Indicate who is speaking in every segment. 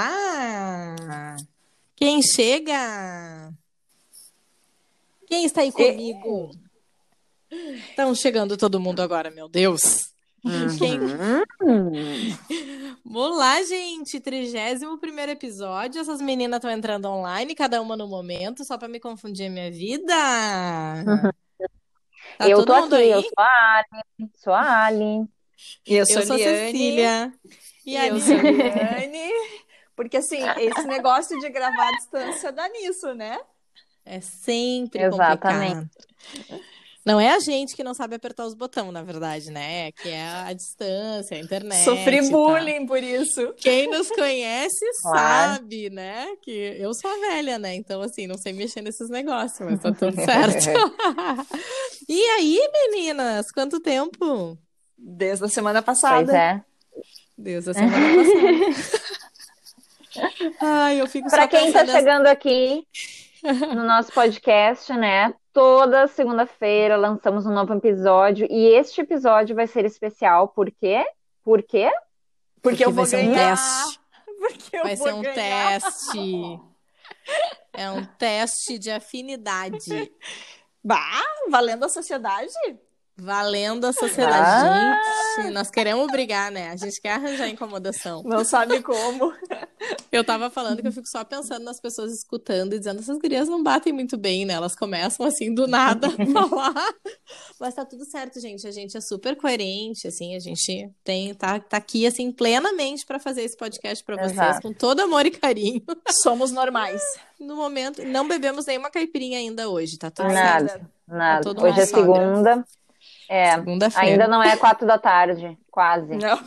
Speaker 1: Olá! Quem chega? Quem está aí comigo? Estão chegando todo mundo agora, meu Deus! Quem...
Speaker 2: Uhum.
Speaker 1: Olá, gente! 31 primeiro episódio. Essas meninas estão entrando online, cada uma no momento, só para me confundir a minha vida. Tá
Speaker 3: eu
Speaker 1: todo
Speaker 3: tô
Speaker 1: mundo
Speaker 3: aqui,
Speaker 1: aí?
Speaker 3: eu sou a Alien, sou a Alien.
Speaker 2: E eu sou
Speaker 1: Eu sou
Speaker 2: Liane.
Speaker 1: Cecília. E a
Speaker 2: eu sou
Speaker 1: Liane?
Speaker 2: Liane. Porque assim, esse negócio de gravar à distância dá nisso, né?
Speaker 1: É sempre
Speaker 3: Exatamente.
Speaker 1: complicado. Não é a gente que não sabe apertar os botões, na verdade, né? Que é a distância, a internet.
Speaker 2: Sofri
Speaker 1: e tal.
Speaker 2: bullying por isso.
Speaker 1: Quem nos conhece
Speaker 3: Claro.
Speaker 1: sabe, né? Que eu sou a velha, né? Então, assim, não sei mexer nesses negócios, mas tá tudo certo. e aí, meninas, quanto tempo?
Speaker 2: Desde a semana
Speaker 3: Pois
Speaker 2: passada.
Speaker 3: é.
Speaker 1: Deus, a semana passada. Ai, eu fico
Speaker 3: Para
Speaker 1: só
Speaker 3: quem tá
Speaker 1: pensando assim,
Speaker 3: chegando aqui no nosso podcast, né? Toda segunda-feira lançamos um novo episódio e este episódio vai ser especial, por quê? Por quê?
Speaker 2: Porque eu
Speaker 1: vai
Speaker 2: vou
Speaker 1: ser um
Speaker 2: ganhar.
Speaker 1: teste.
Speaker 2: Porque eu
Speaker 1: Vai
Speaker 2: vou
Speaker 1: ser um
Speaker 2: ganhar.
Speaker 1: teste. É um teste de afinidade.
Speaker 2: Bah, valendo a sociedade?
Speaker 1: Valendo a sociedade. Gente, nós queremos brigar, né? A gente quer arranjar incomodação.
Speaker 2: Não sabe como.
Speaker 1: Eu tava falando que eu fico só pensando nas pessoas escutando e dizendo, essas gurias não batem muito bem, né? Elas começam assim do nada a falar. Mas tá tudo certo, gente. A gente é super coerente, assim, a gente tem, tá, tá aqui assim plenamente pra fazer esse podcast pra vocês
Speaker 3: Exato.
Speaker 1: com todo amor e carinho.
Speaker 2: Somos normais.
Speaker 1: No momento, não bebemos nenhuma caipirinha ainda hoje, tá tudo certo.
Speaker 3: Nada. Nada.
Speaker 1: todo
Speaker 3: Hoje é
Speaker 1: mundo sóbrio.
Speaker 3: segunda. É,
Speaker 1: Segunda-feira.
Speaker 3: ainda não é quatro da tarde, quase.
Speaker 2: Não.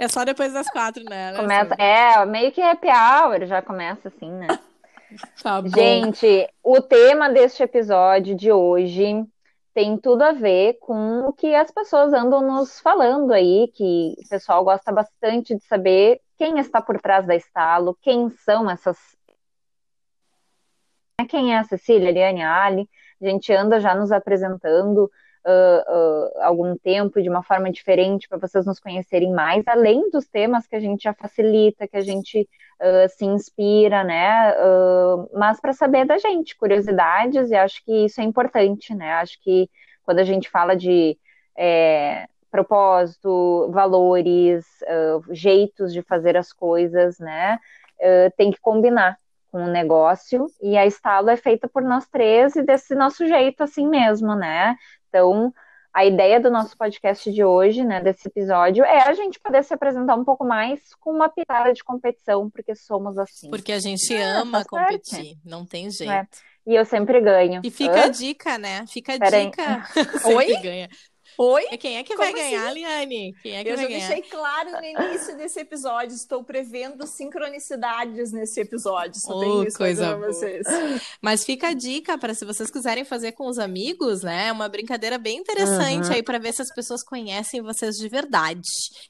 Speaker 1: É só depois das quatro, né?
Speaker 3: Começa, é, meio que happy hour, já começa assim, né?
Speaker 1: Tá bom.
Speaker 3: Gente, o tema deste episódio de hoje tem tudo a ver com o que as pessoas andam nos falando aí, que o pessoal gosta bastante de saber quem está por trás da estalo, quem são essas. Quem é a Cecília, Eliane, a Ali? A gente anda já nos apresentando ah, ah, há algum tempo de uma forma diferente para vocês nos conhecerem mais, além dos temas que a gente já facilita, que a gente ah, se inspira, né? Ah, mas para saber da gente, curiosidades, e acho que isso é importante, né? Acho que quando a gente fala de eh, propósito, valores, ah, jeitos de fazer as coisas, né? Ah, tem que combinar com o negócio, e a estalo é feita por nós três e desse nosso jeito assim mesmo, né? Então. A ideia do nosso podcast de hoje, né, desse episódio, é a gente poder se apresentar um pouco mais com uma pitada de competição, porque somos assim.
Speaker 1: Porque a gente ama
Speaker 3: faz parte.
Speaker 1: competir, não tem jeito.
Speaker 3: É. E eu sempre ganho.
Speaker 1: E fica
Speaker 3: Hã?
Speaker 1: a dica, né? Fica a
Speaker 3: Pera aí.
Speaker 1: dica. Sempre
Speaker 2: Oi?
Speaker 1: ganha.
Speaker 2: Oi?
Speaker 1: É quem é que
Speaker 2: Como
Speaker 1: vai ganhar, Liane? Quem é que
Speaker 2: Eu
Speaker 1: vai
Speaker 2: já
Speaker 1: ganhar?
Speaker 2: deixei claro no início desse episódio. Estou prevendo sincronicidades nesse episódio. Só
Speaker 1: Oh,
Speaker 2: tenho isso
Speaker 1: coisa
Speaker 2: para
Speaker 1: boa.
Speaker 2: vocês.
Speaker 1: Mas fica a dica para se vocês quiserem fazer com os amigos, né? É uma brincadeira bem interessante
Speaker 3: Uhum.
Speaker 1: aí para ver se as pessoas conhecem vocês de verdade.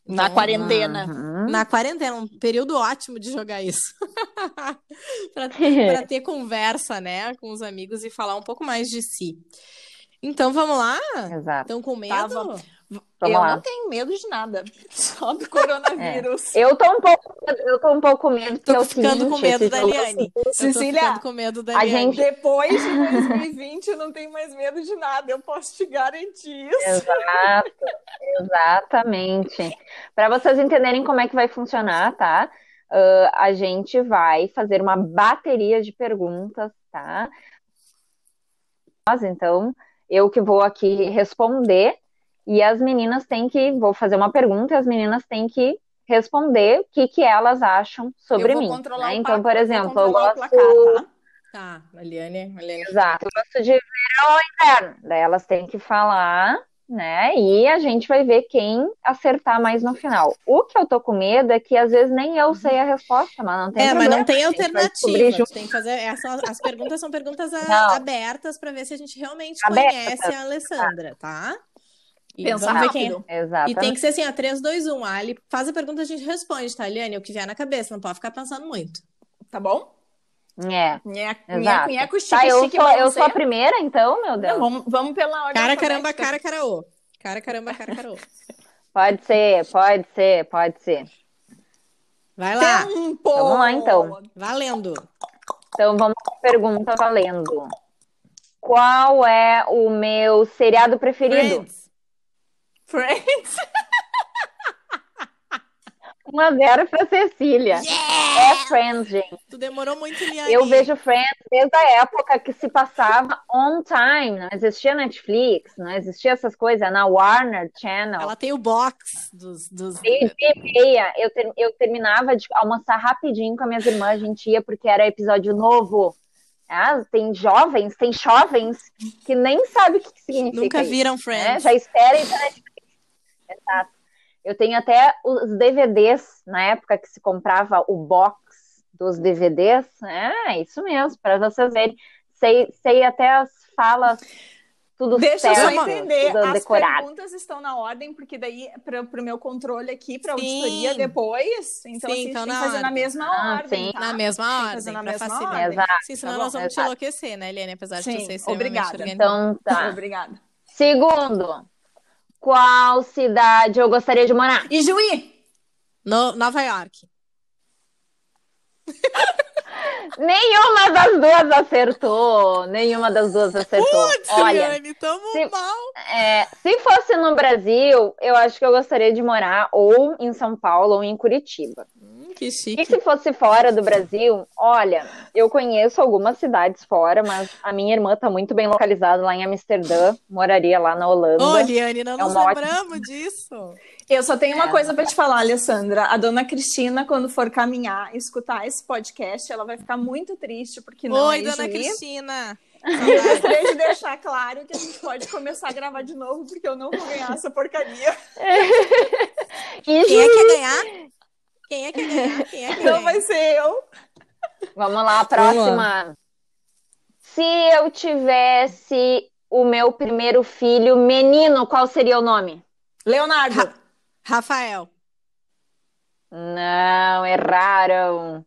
Speaker 2: Na
Speaker 1: Então,
Speaker 2: quarentena.
Speaker 3: Uhum.
Speaker 1: Na quarentena, um período ótimo de jogar isso. Pra
Speaker 3: É.
Speaker 1: para ter conversa, né, com os amigos e falar um pouco mais de si. Então vamos lá?
Speaker 3: Exato.
Speaker 1: Estão com medo?
Speaker 2: Tava.
Speaker 3: Tá, Vamos
Speaker 2: eu
Speaker 3: lá.
Speaker 2: não tenho medo de nada. Só do coronavírus.
Speaker 1: É.
Speaker 3: Eu tô um pouco, eu tô um pouco com medo,
Speaker 1: Tô
Speaker 3: porque eu
Speaker 1: ficando com medo da Liane. Eu tô
Speaker 2: Cecília,
Speaker 1: ficando com medo da
Speaker 3: é a
Speaker 1: Liane.
Speaker 3: gente-
Speaker 2: Depois de 2020, eu não tenho mais medo de nada. Eu posso te garantir
Speaker 1: É
Speaker 2: isso.
Speaker 3: Exato, exatamente. Para vocês entenderem como é que vai funcionar, tá? Ah, a gente vai fazer uma bateria de perguntas, tá? Nós, então, eu que vou aqui responder e as meninas têm que, vou fazer uma pergunta e as meninas têm que responder o que que elas acham sobre
Speaker 2: eu vou
Speaker 3: mim,
Speaker 2: controlar
Speaker 3: né?
Speaker 2: o
Speaker 3: Então,
Speaker 2: placar.
Speaker 3: por exemplo, eu
Speaker 2: vou controlar
Speaker 3: gosto
Speaker 2: o placar, tá?
Speaker 1: Tá, a Liane, a Liane.
Speaker 3: Exato, eu gosto de verão ou inverno. Daí elas têm que falar, né? E a gente vai ver quem acertar mais no final. O que eu tô com medo é que às vezes nem eu sei a resposta, mas não tem
Speaker 1: É, mas
Speaker 3: problema.
Speaker 1: não tem
Speaker 3: a gente vai descobrir
Speaker 1: alternativa.
Speaker 3: junto.
Speaker 1: Tu Tem que fazer é, são- as perguntas são perguntas a-
Speaker 3: Não.
Speaker 1: abertas para ver se a gente realmente
Speaker 3: Abertas.
Speaker 1: conhece a Alessandra, tá? E
Speaker 2: Pensa
Speaker 1: vamos ver quem é.
Speaker 2: rápido.
Speaker 1: E
Speaker 3: Exatamente.
Speaker 1: tem que ser assim, a 3, 2, 1. A Ali faz a pergunta, a gente responde, tá, Liane? O que vier na cabeça, não pode ficar pensando muito.
Speaker 2: Tá bom?
Speaker 3: É.
Speaker 2: Nheco,
Speaker 3: Exato.
Speaker 2: nheco, chique,
Speaker 3: Tá, eu
Speaker 2: chique,
Speaker 3: sou, eu
Speaker 2: bagunceiro.
Speaker 3: sou a primeira, então, meu Deus.
Speaker 2: Não, vamos, vamos pela ordem
Speaker 1: Cara, caramba,
Speaker 2: alfabética.
Speaker 1: cara, caraô. Cara, caramba, cara, caraô.
Speaker 3: Pode ser, pode ser, pode ser.
Speaker 1: Vai lá,
Speaker 2: Tempo!
Speaker 3: Vamos lá, então.
Speaker 1: valendo.
Speaker 3: Então vamos à pergunta valendo. Qual é o meu seriado preferido?
Speaker 1: Friends.
Speaker 2: Friends.
Speaker 3: 1 a 0 pra Cecília. É Friends, gente.
Speaker 1: Tu demorou muito, Liane.
Speaker 3: Eu vejo Friends desde a época que se passava on time. Não existia Netflix, não existia essas coisas. Na Warner Channel.
Speaker 1: Ela tem o box dos. dos...
Speaker 3: Meio dia e meia, eu, ter- eu terminava de almoçar rapidinho com as minhas irmãs, a gente ia porque era episódio novo. Ah, tem jovens, tem jovens que nem sabem o que, que significa
Speaker 1: Nunca
Speaker 3: isso
Speaker 1: viram
Speaker 3: né?
Speaker 1: Friends.
Speaker 3: Já espera então Netflix. Exato. Eu tenho até os DVDs na época que se comprava o box dos DVDs. É isso mesmo, para vocês verem. Sei, sei até as falas, tudo
Speaker 2: Deixa eu só
Speaker 3: certo,
Speaker 2: entender.
Speaker 3: tudo
Speaker 2: As
Speaker 3: decorado.
Speaker 2: perguntas estão na ordem, porque daí, para o meu controle aqui, para
Speaker 1: Sim.
Speaker 2: auditoria depois. Então,
Speaker 1: Sim,
Speaker 2: assim,
Speaker 1: então na
Speaker 2: a gente tem que fazer na
Speaker 1: ordem.
Speaker 2: mesma
Speaker 3: Ah,
Speaker 2: ordem.
Speaker 3: sim.
Speaker 2: tá?
Speaker 1: Na mesma
Speaker 2: que
Speaker 1: ordem,
Speaker 2: fazer na
Speaker 1: pra
Speaker 2: mesma
Speaker 1: facilitar.
Speaker 2: ordem.
Speaker 3: Exato,
Speaker 1: Sim, senão
Speaker 3: tá
Speaker 1: nós
Speaker 3: bom,
Speaker 1: vamos te
Speaker 3: exato.
Speaker 1: enlouquecer, né, Eliane? Apesar de
Speaker 2: Sim,
Speaker 1: você ser extremamente
Speaker 2: obrigada.
Speaker 1: organizada.
Speaker 3: Então tá.
Speaker 2: Obrigada.
Speaker 3: Segundo, qual cidade eu gostaria de morar?
Speaker 2: E Juí?
Speaker 1: No- Nova York.
Speaker 3: Nenhuma das duas acertou. Nenhuma das duas acertou. Olha,
Speaker 1: Eliane, tamo
Speaker 3: se-
Speaker 1: mal.
Speaker 3: É, se fosse no Brasil, eu acho que eu gostaria de morar ou em São Paulo ou em Curitiba.
Speaker 1: Hum, que
Speaker 3: E
Speaker 1: chique.
Speaker 3: se fosse fora do Brasil, olha, eu conheço algumas cidades fora, mas a minha irmã está muito bem localizada lá em Amsterdã, moraria lá na Holanda.
Speaker 1: Ô, Eliane, não
Speaker 3: É
Speaker 1: nos
Speaker 3: uma ótima-
Speaker 1: lembramos disso.
Speaker 2: Eu só tenho uma
Speaker 3: É.
Speaker 2: coisa para te falar, Alessandra. A dona Cristina, quando for caminhar e escutar esse podcast, ela vai ficar muito triste, porque não
Speaker 1: Oi,
Speaker 2: é
Speaker 1: dona
Speaker 2: Juí.
Speaker 1: Cristina.
Speaker 2: Eu gostaria de deixar claro que a gente pode começar a gravar de novo, porque eu não vou ganhar essa porcaria.
Speaker 3: E
Speaker 1: Quem é que ia ganhar? Quem é que ia ganhar? Quem é que ia
Speaker 2: Então
Speaker 1: ganhar?
Speaker 2: vai ser eu.
Speaker 3: Vamos lá, a
Speaker 1: Vamos
Speaker 3: próxima. Se eu tivesse o meu primeiro filho menino, qual seria o nome?
Speaker 2: Leonardo.
Speaker 1: Rafael.
Speaker 3: Não, erraram.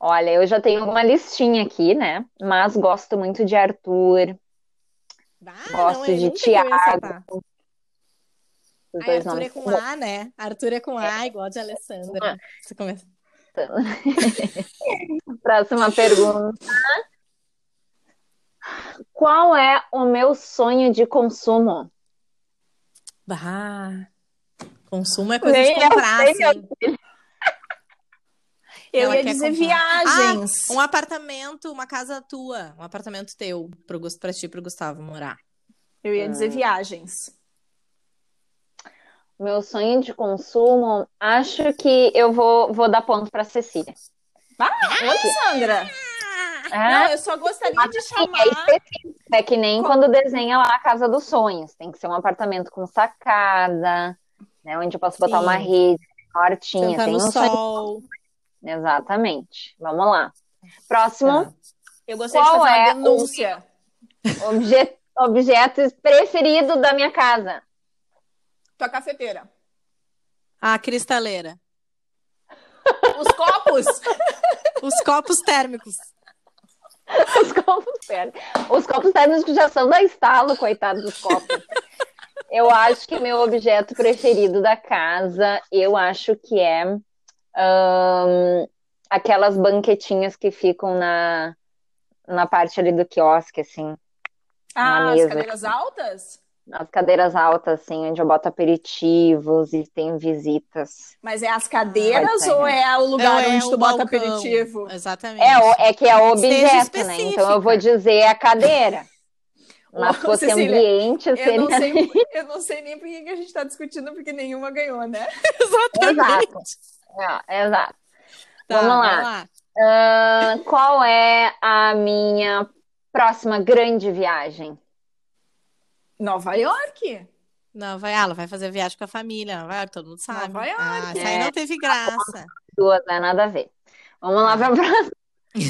Speaker 3: Olha, eu já tenho uma listinha aqui, né? Mas gosto muito de Arthur.
Speaker 1: Ah,
Speaker 3: Gosto
Speaker 1: ele
Speaker 3: de
Speaker 1: nunca que eu ia
Speaker 3: Thiago.
Speaker 1: acertar.
Speaker 3: Os
Speaker 1: Ai,
Speaker 3: dois
Speaker 1: Arthur é
Speaker 3: nomes
Speaker 1: com A, né? Arthur é com A, igual de Alessandra.
Speaker 2: É.
Speaker 1: Você começa.
Speaker 3: Próxima pergunta. Qual é o meu sonho de consumo?
Speaker 1: Bah. Consumo é coisa
Speaker 3: Nem
Speaker 1: de
Speaker 3: eu
Speaker 1: comprar,
Speaker 3: sei, eu-
Speaker 1: assim.
Speaker 2: Eu
Speaker 1: Ela
Speaker 2: ia
Speaker 1: quer
Speaker 2: dizer
Speaker 1: comprar.
Speaker 2: viagens.
Speaker 1: Um apartamento, uma casa tua, um apartamento teu, pro, Gus- pra ti e pro Gustavo morar.
Speaker 2: Eu ia
Speaker 3: Ah.
Speaker 2: dizer viagens.
Speaker 3: Meu sonho de consumo, acho que eu vou, vou dar ponto para Cecília.
Speaker 2: Alessandra!
Speaker 3: Ah,
Speaker 2: Ah, Não, eu só gostaria de
Speaker 3: sim, é
Speaker 2: chamar.
Speaker 3: específico. É que nem quando desenha lá a Casa dos Sonhos. Tem que ser um apartamento com sacada, né? Onde eu posso botar
Speaker 1: Sim.
Speaker 3: uma rede, uma hortinha.
Speaker 1: Sentar
Speaker 3: Tem
Speaker 1: no
Speaker 3: um sonho.
Speaker 1: sol.
Speaker 3: Exatamente. Vamos lá. Próximo,
Speaker 2: Eu gostaria de
Speaker 3: Qual
Speaker 2: fazer
Speaker 3: é
Speaker 2: uma denúncia.
Speaker 1: Tá.
Speaker 3: obje- objeto preferido da minha casa.
Speaker 2: Tua cafeteira.
Speaker 1: A Ah, cristaleira.
Speaker 2: Os copos.
Speaker 1: Os copos térmicos.
Speaker 3: Os copos térmicos. Os copos térmicos já são da estalo, coitado dos copos. Eu acho que meu objeto preferido da casa, eu acho que é ahn, aquelas banquetinhas que ficam na, na parte ali do quiosque, assim.
Speaker 2: Ah, as
Speaker 3: mesa.
Speaker 2: cadeiras altas?
Speaker 3: As cadeiras altas, assim, onde eu boto aperitivos e tem visitas.
Speaker 2: Mas é as cadeiras
Speaker 3: Pode ser.
Speaker 2: ou é o lugar
Speaker 1: Não, é
Speaker 2: onde tu
Speaker 1: o
Speaker 2: bota
Speaker 1: balcão.
Speaker 2: aperitivo?
Speaker 1: Exatamente.
Speaker 3: É, o- é que é o
Speaker 1: Seja
Speaker 3: objeto,
Speaker 1: específica.
Speaker 3: né? Então eu vou dizer a cadeira. Mas se fosse
Speaker 2: Cecília,
Speaker 3: ambiente,
Speaker 2: Eu não,
Speaker 3: seria.
Speaker 2: sei, eu não sei nem por que que a gente tá discutindo, porque nenhuma ganhou, né?
Speaker 1: Exatamente.
Speaker 3: Exato. É, exato.
Speaker 1: Tá,
Speaker 3: Vamos lá.
Speaker 1: vai lá.
Speaker 3: Ahn, qual é a minha próxima grande viagem?
Speaker 2: Nova York.
Speaker 1: Nova York, ela vai fazer viagem com a família, Nova York, todo mundo sabe.
Speaker 2: Nova York.
Speaker 1: Ah, isso aí não teve graça.
Speaker 3: Duas, não é nada a ver. Vamos lá para a próxima.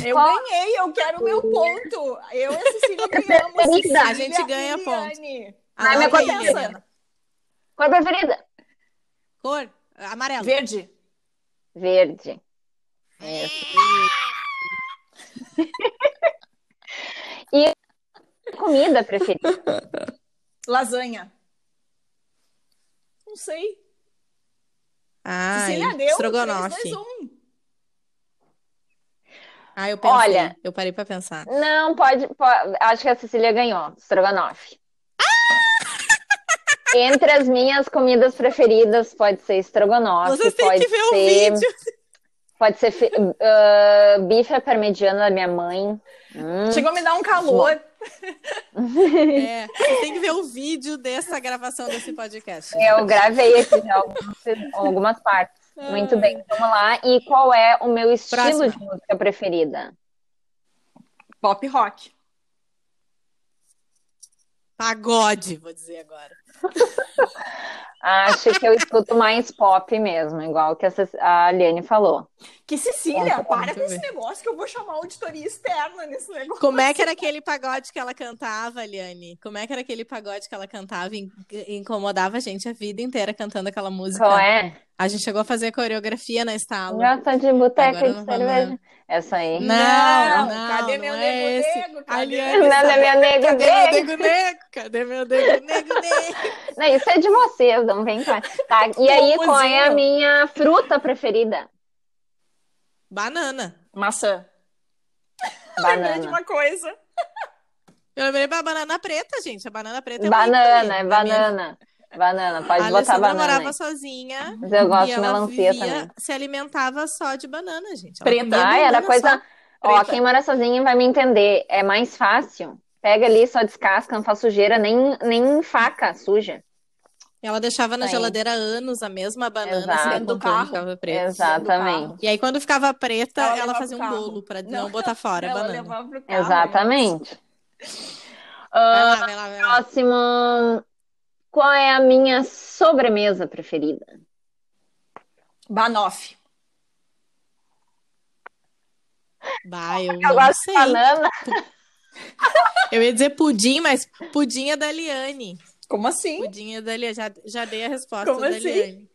Speaker 2: Eu
Speaker 3: Qual-
Speaker 2: ganhei, eu quero o meu ponto. Eu e a Cecília ganhamos.
Speaker 3: Preferida.
Speaker 2: Cecília
Speaker 1: A gente ganha
Speaker 2: e
Speaker 1: ponto.
Speaker 2: Liane.
Speaker 1: Ah,
Speaker 3: minha é
Speaker 1: não,
Speaker 3: cor
Speaker 1: e aí,
Speaker 2: preferida.
Speaker 1: Helena?
Speaker 3: Cor preferida?
Speaker 1: Cor? Amarelo.
Speaker 2: Verde.
Speaker 3: Verde. Isso. E comida preferida?
Speaker 2: Lasanha. Não sei.
Speaker 1: Ai,
Speaker 2: Cecília deu.
Speaker 1: estrogonofe.
Speaker 2: 3, 2, 1.
Speaker 1: Ah, eu pensei,
Speaker 3: Olha.
Speaker 1: eu parei pra pensar.
Speaker 3: Não, pode, po- Acho que a Cecília ganhou. Estrogonofe. Entre as minhas comidas preferidas, pode ser estrogonofe,
Speaker 1: Vocês têm
Speaker 3: pode
Speaker 1: que ver o
Speaker 3: ser,
Speaker 1: vídeo.
Speaker 3: pode ser fi- ah, bife à parmegiana da minha mãe. Hum.
Speaker 2: Chegou a me dar um calor.
Speaker 1: É, vocês têm que ver o vídeo dessa gravação desse podcast.
Speaker 3: Eu gravei aqui já algumas, algumas partes.
Speaker 1: Ah.
Speaker 3: Muito bem, vamos lá. E qual é o meu estilo
Speaker 1: Próxima.
Speaker 3: de música preferida?
Speaker 2: Pop rock.
Speaker 1: Pagode, vou dizer agora.
Speaker 3: Acho que eu escuto mais pop mesmo, igual que a Cec- a Aliane falou.
Speaker 2: Que Cecília,
Speaker 3: Muito
Speaker 2: para com
Speaker 1: bem.
Speaker 2: esse negócio que eu vou chamar a auditoria externa nesse negócio.
Speaker 1: Como é que era aquele pagode que ela cantava, Liane? Como é que era aquele pagode que ela cantava e in- incomodava a gente a vida inteira cantando aquela música?
Speaker 3: Qual é?
Speaker 1: A gente chegou a fazer coreografia na estala.
Speaker 3: Gosta de boteca
Speaker 1: Agora
Speaker 3: de
Speaker 1: não vou
Speaker 3: cerveja? Essa aí.
Speaker 1: Não,
Speaker 2: Não,
Speaker 1: não,
Speaker 2: cadê
Speaker 1: não
Speaker 2: meu
Speaker 1: é
Speaker 2: nego
Speaker 1: esse.
Speaker 2: nego? Cadê?
Speaker 1: Aliás,
Speaker 3: Não,
Speaker 1: sabe?
Speaker 3: é meu nego,
Speaker 1: Cadê meu
Speaker 3: nego.
Speaker 1: nego nego? Cadê meu nego nego nego?
Speaker 3: Não, isso é de vocês, não vem cá. Tá, e aí, qual é a
Speaker 2: Pãozinho.
Speaker 3: minha fruta preferida?
Speaker 1: Banana.
Speaker 2: Maçã.
Speaker 1: É
Speaker 2: Lembrei de
Speaker 3: Banana.
Speaker 2: uma
Speaker 1: Tá
Speaker 2: coisa.
Speaker 1: Eu lembrei da banana preta, gente. A banana preta é uma
Speaker 3: Banana,
Speaker 1: ícone
Speaker 3: é
Speaker 1: da minha-
Speaker 3: banana. Banana,
Speaker 1: A
Speaker 3: pode botar
Speaker 1: Alessandra
Speaker 3: banana.
Speaker 1: morava
Speaker 3: aí.
Speaker 1: sozinha
Speaker 3: Mas eu gosto
Speaker 1: e
Speaker 3: de
Speaker 1: ela
Speaker 3: melancia
Speaker 1: vivia-
Speaker 3: também.
Speaker 1: se alimentava só de banana, gente. Ela
Speaker 2: Preta.
Speaker 1: comia
Speaker 3: Ah, era
Speaker 1: banana
Speaker 3: coisa.
Speaker 1: só.
Speaker 3: Ó,
Speaker 2: preta.
Speaker 3: quem mora sozinho vai me entender. É mais fácil. Pega ali, só descasca, não faz sujeira, nem, nem faca
Speaker 1: Tá,
Speaker 3: suja.
Speaker 1: Ela deixava na
Speaker 3: Aí.
Speaker 1: geladeira há anos a mesma banana,
Speaker 3: Exato.
Speaker 1: se
Speaker 2: Dentro do
Speaker 1: decompôs e
Speaker 2: carro.
Speaker 1: ficava preta.
Speaker 3: Exatamente.
Speaker 1: E aí, quando ficava preta,
Speaker 2: Ela
Speaker 1: ela,
Speaker 2: levava
Speaker 1: fazia um
Speaker 2: pro carro.
Speaker 1: bolo pra não,
Speaker 2: Não,
Speaker 1: botar fora a
Speaker 2: Ela
Speaker 1: banana.
Speaker 2: levava pro carro.
Speaker 3: Exatamente.
Speaker 1: Vai
Speaker 3: Ah,
Speaker 1: lá, vai lá, vai lá.
Speaker 3: próximo. Qual é a minha sobremesa preferida?
Speaker 2: Banoff.
Speaker 1: Bah, eu
Speaker 3: Eu
Speaker 1: não
Speaker 3: gosto
Speaker 1: sei.
Speaker 3: de banana.
Speaker 1: Eu ia dizer pudim, mas pudim é da Liane.
Speaker 2: Como assim?
Speaker 1: Pudim é da Liane. Já, já dei a resposta
Speaker 2: Como
Speaker 1: da
Speaker 2: assim?
Speaker 1: Liane.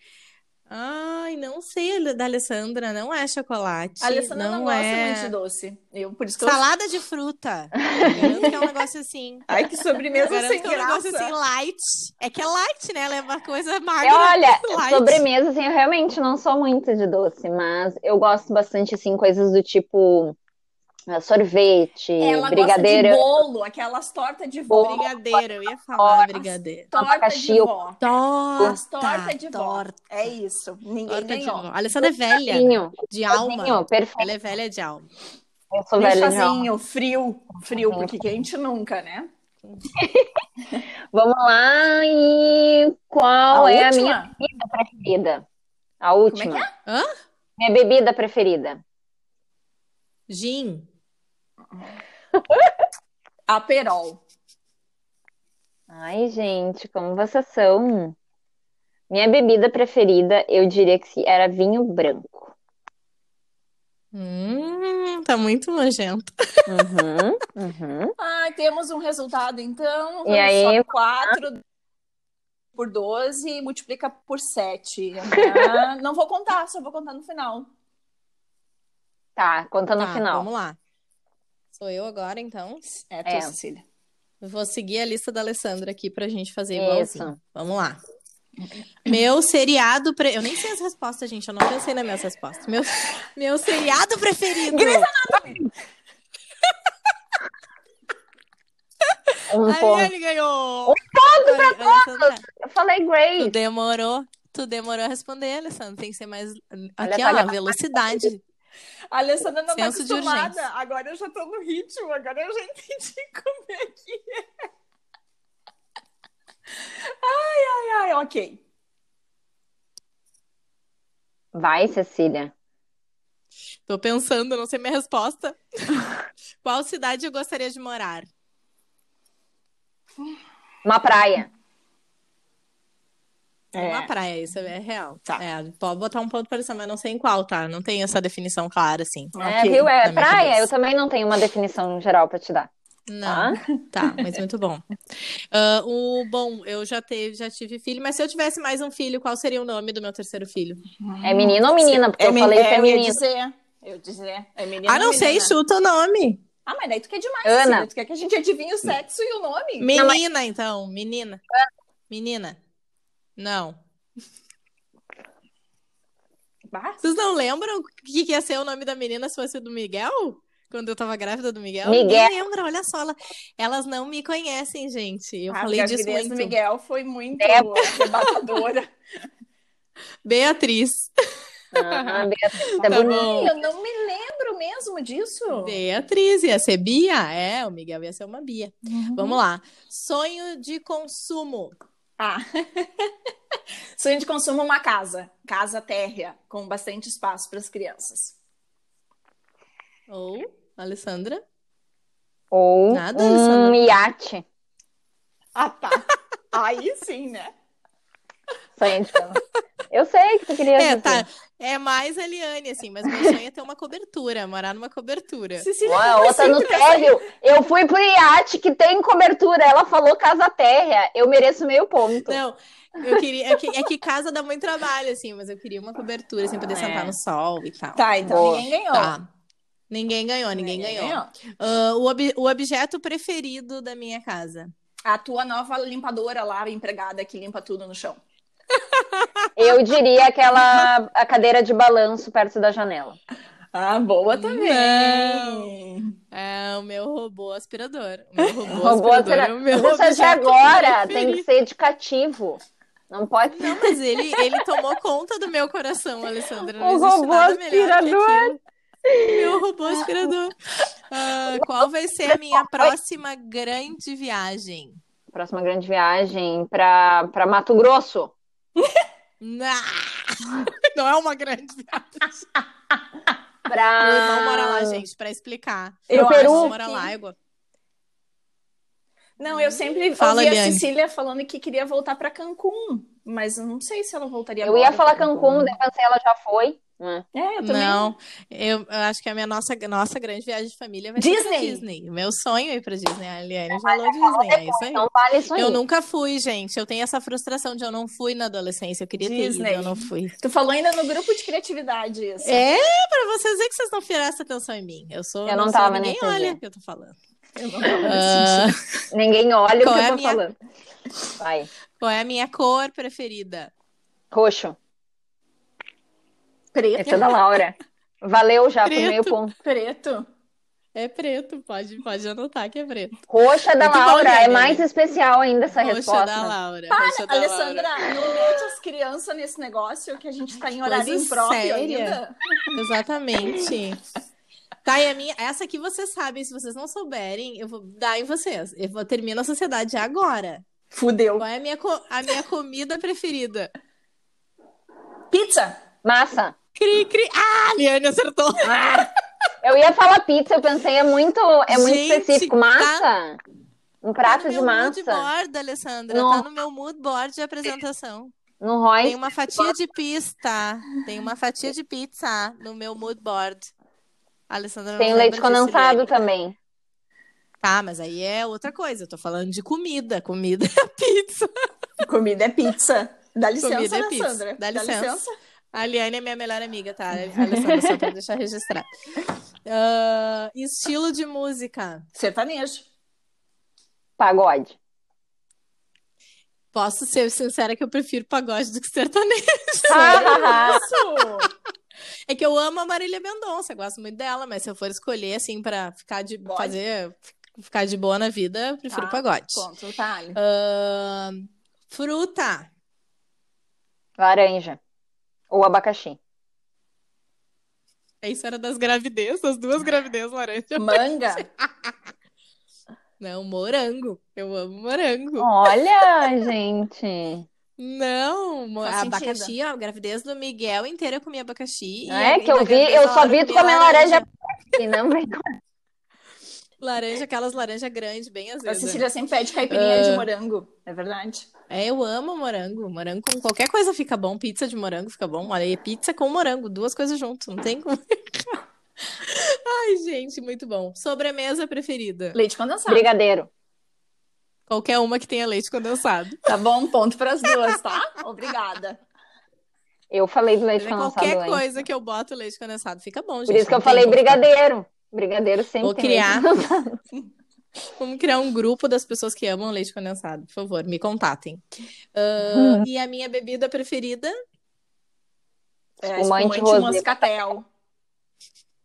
Speaker 1: Ai, não sei, da Alessandra. Não é chocolate.
Speaker 2: A Alessandra não, gosta
Speaker 1: é...
Speaker 2: muito de doce. Eu, por isso que eu...
Speaker 1: Salada de fruta. Garanto que é um negócio assim.
Speaker 2: Ai, que sobremesa
Speaker 1: Garanto
Speaker 2: sem
Speaker 1: que é um negócio
Speaker 2: graça.
Speaker 1: assim light. É que é light, né? Ela é uma coisa
Speaker 3: É,
Speaker 1: magra.
Speaker 3: olha,
Speaker 1: light.
Speaker 3: sobremesa, assim, eu realmente não sou muito de doce, mas eu gosto bastante, assim, coisas do tipo eh, sorvete,
Speaker 2: Ela
Speaker 3: brigadeiro.
Speaker 2: gosta de bolo, aquelas tortas de vó.
Speaker 1: Brigadeiro, eu ia falar
Speaker 3: Nossa.
Speaker 1: brigadeiro.
Speaker 2: Torta de
Speaker 3: Abacaxi,
Speaker 2: vó.
Speaker 1: Torta,
Speaker 2: As tortas de vó.
Speaker 1: torta,
Speaker 2: É isso. Ninguém
Speaker 1: torta de vó.
Speaker 2: ganhou.
Speaker 1: A Alessandra é velha
Speaker 3: Sozinho,
Speaker 1: de alma.
Speaker 3: sozinho, perfeito.
Speaker 1: Ela é velha de alma.
Speaker 3: Eu sou velha de alma.
Speaker 2: Bichazinho, assim, frio. Frio, porque quente nunca, né?
Speaker 3: Vamos lá, e qual
Speaker 2: A
Speaker 3: é a
Speaker 2: última?
Speaker 3: minha bebida preferida? A última.
Speaker 2: Como é
Speaker 1: Hã?
Speaker 3: Minha bebida preferida.
Speaker 1: Gin.
Speaker 2: Aperol.
Speaker 3: Ai, gente, como vocês são? Minha bebida preferida, eu diria que era vinho branco.
Speaker 1: Hum, tá muito nojento.
Speaker 3: Uhum, uhum.
Speaker 2: Ah, temos um resultado, então.
Speaker 3: E aí?
Speaker 2: 4 por 12 e multiplica por 7. não vou contar, só vou contar no final.
Speaker 3: Tá, conta no
Speaker 1: Tá,
Speaker 3: final.
Speaker 1: vamos lá. Sou eu agora, então.
Speaker 2: É, tu,
Speaker 3: É.
Speaker 2: Cecília.
Speaker 1: Vou seguir a lista da Alessandra aqui pra gente fazer
Speaker 3: É Isso.
Speaker 1: igualzinho. Vamos lá. Meu seriado. Pre... Eu nem sei as respostas, gente. Eu não pensei nas minhas respostas. Meu, meu seriado preferido.
Speaker 3: Um
Speaker 1: A
Speaker 3: ponto.
Speaker 1: Ariane ganhou! Um ponto pra todos!
Speaker 3: Eu falei
Speaker 1: Tu
Speaker 3: great.
Speaker 1: demorou, tu demorou a responder, Alessandra. Tem que ser mais. Aqui,
Speaker 3: tá
Speaker 1: ó,
Speaker 3: gravado.
Speaker 1: velocidade.
Speaker 2: A Alessandra não tá
Speaker 1: Senso de
Speaker 2: acostumada.
Speaker 1: urgência.
Speaker 2: Agora eu já tô no ritmo, agora eu já entendi como é que é. Ai, ai, ai, ok.
Speaker 3: Vai, Cecília.
Speaker 1: Tô pensando, não sei minha resposta. Qual cidade eu gostaria de morar?
Speaker 3: Uma praia.
Speaker 1: É. Uma
Speaker 2: É.
Speaker 1: praia, isso é real.
Speaker 2: Tá.
Speaker 1: É, pode botar um ponto pra Alessandra, mas não sei em qual, tá? Não tem essa definição clara, assim.
Speaker 3: É,
Speaker 2: Ok.
Speaker 3: viu? É
Speaker 1: na minha
Speaker 3: praia.
Speaker 1: cabeça.
Speaker 3: Eu também não tenho uma definição geral pra te dar.
Speaker 1: Não, tá, mas muito bom. Ah, o bom, eu já teve, já tive filho, mas se eu tivesse mais um filho, qual seria o nome do meu terceiro filho?
Speaker 3: É menino ou menina? Porque eu
Speaker 2: men-
Speaker 3: falei que é
Speaker 2: eu ia
Speaker 3: menino.
Speaker 2: dizer. Eu ia dizer. É menino
Speaker 1: Ah, não
Speaker 2: ou
Speaker 1: sei,
Speaker 2: menina?
Speaker 1: chuta o nome.
Speaker 2: Ah, mas daí tu quer demais,
Speaker 3: Ana.
Speaker 2: Cecília. Tu quer que a gente adivinhe o sexo e o nome?
Speaker 1: Menina, então, menina. Menina. Não.
Speaker 2: Bah,
Speaker 1: Vocês não lembram o que que ia ser o nome da menina se fosse do Miguel? quando eu tava grávida do Miguel.
Speaker 3: Miguel.
Speaker 1: Ninguém lembra, olha só, ela- elas não me conhecem, gente. Eu
Speaker 2: A
Speaker 1: falei disso
Speaker 2: gravidez do
Speaker 1: muito.
Speaker 2: Ah, Miguel foi muito
Speaker 3: É.
Speaker 2: arrebatadora.
Speaker 1: Beatriz.
Speaker 3: Ah, Beatriz, tá
Speaker 1: Tá
Speaker 3: bonito.
Speaker 1: bom.
Speaker 2: Eu não me lembro mesmo disso.
Speaker 1: Beatriz ia ser Bia? É, o Miguel ia ser uma Bia. Vamos lá. Sonho de consumo.
Speaker 2: Ah. Sonho de consumo uma casa, casa térrea, com bastante espaço para as crianças.
Speaker 1: Ou, Alessandra?
Speaker 3: Ou
Speaker 1: Nada,
Speaker 3: um
Speaker 1: Alessandra.
Speaker 3: iate.
Speaker 2: Ah, tá. Aí sim, né?
Speaker 3: Sonho de cama. Eu sei que tu queria
Speaker 1: É,
Speaker 3: dizer.
Speaker 1: tá. É mais a Eliane, assim, mas meu sonho é ter uma cobertura, morar numa cobertura.
Speaker 2: Cecília, assim?
Speaker 3: Ó, a outra no térreo. Eu fui pro iate que tem cobertura. Ela falou casa térrea. Eu mereço meio ponto.
Speaker 1: Não, eu queria. É que, é que casa dá muito trabalho, assim, mas eu queria uma cobertura, assim, poder
Speaker 2: É.
Speaker 1: sentar no sol e tal.
Speaker 2: Tá, então
Speaker 3: Boa.
Speaker 2: ninguém ganhou.
Speaker 1: Tá. Ninguém ganhou, ninguém ganhou. Ah, o, ob- o objeto preferido da minha casa.
Speaker 2: A tua nova limpadora lá, a empregada que limpa tudo no chão.
Speaker 3: Eu diria aquela a cadeira de balanço perto da janela.
Speaker 2: Ah, boa
Speaker 1: também.
Speaker 2: Não.
Speaker 1: É o meu robô aspirador. O meu robô,
Speaker 3: Robô
Speaker 1: aspirador
Speaker 3: será-
Speaker 1: é o meu
Speaker 3: Isso de
Speaker 1: objeto
Speaker 3: agora tem
Speaker 1: preferido.
Speaker 3: que ser educativo. Não pode ser.
Speaker 1: Não, mas ele, ele tomou conta do meu coração, Alessandra. Não
Speaker 3: O
Speaker 1: existe
Speaker 3: robô
Speaker 1: nada melhor que
Speaker 3: aspirador.
Speaker 1: aquilo. Meu robô aspirador. Ah, qual vai ser a minha próxima grande viagem?
Speaker 3: Próxima grande viagem pra pra Mato Grosso.
Speaker 1: Nah! Não é uma grande viagem.
Speaker 3: Pra...
Speaker 1: Meu irmão mora lá, gente, pra explicar.
Speaker 2: Eu
Speaker 1: Meu irmão
Speaker 3: acho
Speaker 1: mora
Speaker 2: que-
Speaker 1: lá. Eu...
Speaker 2: Não, eu sempre
Speaker 1: Fala,
Speaker 2: ouvi a
Speaker 1: Eliane.
Speaker 2: Cecília falando que queria voltar para Cancún, mas eu não sei se ela voltaria
Speaker 3: Eu ia
Speaker 2: agora
Speaker 3: falar
Speaker 1: tá
Speaker 2: pra
Speaker 3: Cancún, daí pensei, ela já foi. né?
Speaker 2: É, eu também.
Speaker 1: Não, eu, eu acho que a minha nossa, nossa grande viagem de família vai ser pra
Speaker 2: Disney.
Speaker 1: Disney. O Meu sonho é ir pra Disney. A Eliane falou Disney, é isso aí.
Speaker 3: Então vale isso aí.
Speaker 1: Eu nunca fui, gente. Eu tenho essa frustração de eu não fui na adolescência. Eu queria ter
Speaker 2: Disney.
Speaker 1: ido, eu não fui.
Speaker 2: Tu falou ainda no grupo de criatividade isso.
Speaker 1: É, pra vocês verem que vocês não fizeram essa atenção em mim. Eu sou.
Speaker 3: Eu não
Speaker 1: sou-
Speaker 3: tava
Speaker 1: ninguém
Speaker 3: nesse
Speaker 1: olha
Speaker 3: dia.
Speaker 1: o que eu tô falando.
Speaker 2: Eu não lembro desse
Speaker 1: Ah,
Speaker 2: dia.
Speaker 3: Ninguém olha o
Speaker 1: Qual
Speaker 3: que
Speaker 1: é
Speaker 3: eu
Speaker 1: a
Speaker 3: tô
Speaker 1: minha-
Speaker 3: falando. Vai.
Speaker 1: qual é a minha cor preferida?
Speaker 3: Roxo. Essa é da
Speaker 2: Preto.
Speaker 3: Laura. Valeu já por
Speaker 1: Preto.
Speaker 3: meio ponto.
Speaker 2: Preto.
Speaker 1: É preto, pode, pode anotar que é preto.
Speaker 3: Roxa da
Speaker 1: Muito bom,
Speaker 3: Laura. é
Speaker 1: Eliane.
Speaker 3: mais especial ainda essa
Speaker 1: né? Roxa
Speaker 3: resposta.
Speaker 1: da Laura. roxa da
Speaker 2: Alessandra, não mete as crianças nesse negócio que a gente tá em horário
Speaker 1: Coisa
Speaker 2: impróprio
Speaker 1: séria.
Speaker 2: ainda.
Speaker 1: Laura. Exatamente. Tá, e a minha, essa aqui vocês sabem, se vocês não souberem, eu vou dar em vocês. Eu vou terminar a sociedade agora.
Speaker 2: Fudeu.
Speaker 1: Qual é a minha, co- a minha comida preferida?
Speaker 2: Pizza.
Speaker 3: Massa.
Speaker 1: Cri, cri. Ah, a Liane acertou.
Speaker 3: Eu ia falar pizza, eu pensei, é muito, é muito
Speaker 1: Gente,
Speaker 3: específico. Massa? Um prato
Speaker 1: tá no
Speaker 3: de
Speaker 1: meu mood
Speaker 3: massa.
Speaker 1: board, Alessandra.
Speaker 3: Não.
Speaker 1: Tá no meu mood board de apresentação.
Speaker 3: No Royce.
Speaker 1: Tem uma fatia de pista. Tem uma fatia de pizza no meu mood board. A Alessandra não
Speaker 3: Tem
Speaker 1: lembra
Speaker 3: leite
Speaker 1: disso,
Speaker 3: condensado
Speaker 1: Eliane.
Speaker 3: também.
Speaker 1: Tá, mas aí é outra coisa. Eu tô falando de comida. Comida é pizza.
Speaker 2: Comida é pizza. Dá licença,
Speaker 1: Comida é pizza.
Speaker 2: Alessandra.
Speaker 1: Dá licença. A Liane é minha melhor amiga, tá? Alessandra, só pra deixar registrado. Ah, estilo de música.
Speaker 2: Sertanejo.
Speaker 3: Pagode.
Speaker 1: Posso ser sincera que eu prefiro pagode do que sertanejo. Ah!
Speaker 2: Isso!
Speaker 1: É que eu amo a Marília Mendonça, eu gosto muito dela, mas se eu for escolher, assim, pra ficar de
Speaker 2: Pode.
Speaker 1: fazer, ficar de boa na vida, eu prefiro
Speaker 2: Ah,
Speaker 1: pagode.
Speaker 2: Ponto, tá. Ali.
Speaker 1: Ahn, fruta.
Speaker 3: Laranja. Ou abacaxi.
Speaker 1: Isso era das gravidez, das duas gravidez, laranja.
Speaker 2: Manga.
Speaker 1: Não, morango. Eu amo morango.
Speaker 3: Olha, gente.
Speaker 1: Não, mo-
Speaker 2: Faz sentido.
Speaker 1: abacaxi, ó, a gravidez do Miguel inteira eu comi abacaxi.
Speaker 3: Não
Speaker 1: e
Speaker 3: é
Speaker 1: a-
Speaker 3: que
Speaker 1: e
Speaker 3: eu
Speaker 1: na
Speaker 3: vi-
Speaker 1: gravidez
Speaker 3: eu
Speaker 1: da
Speaker 3: só
Speaker 1: Laura
Speaker 3: vi
Speaker 1: eu
Speaker 3: tu
Speaker 1: comi
Speaker 3: comer laranja. E não vem
Speaker 1: Laranja, aquelas laranjas grandes, bem
Speaker 2: A
Speaker 1: azedas.
Speaker 2: Cecília sempre pede caipirinha
Speaker 1: Ah.
Speaker 2: de morango. É verdade.
Speaker 1: É, eu amo morango. Morango com qualquer coisa fica bom. Pizza de morango fica bom. Olha, e pizza com morango, duas coisas juntas, não tem como. Ai, gente, muito bom. Sobremesa preferida.
Speaker 2: Leite condensado.
Speaker 3: brigadeiro.
Speaker 1: Qualquer uma que tenha leite condensado.
Speaker 2: Tá bom? Ponto pras duas, tá? Obrigada.
Speaker 3: Eu falei do leite
Speaker 1: Mas é
Speaker 3: condensado
Speaker 1: qualquer
Speaker 3: antes.
Speaker 1: coisa que eu boto leite condensado fica bom, gente.
Speaker 3: Por isso que
Speaker 1: não
Speaker 3: eu
Speaker 1: tem
Speaker 3: falei
Speaker 1: como ficar-
Speaker 3: brigadeiro. Brigadeiro sempre.
Speaker 1: Vou
Speaker 3: tem leite
Speaker 1: criar.
Speaker 3: condensado.
Speaker 1: Vamos criar um grupo das pessoas que amam leite condensado. Por favor, me contatem. Ah,
Speaker 3: Uhum.
Speaker 1: E a minha bebida preferida?
Speaker 2: É,
Speaker 3: Espumante
Speaker 2: espumante
Speaker 3: rosé.
Speaker 2: moscatel.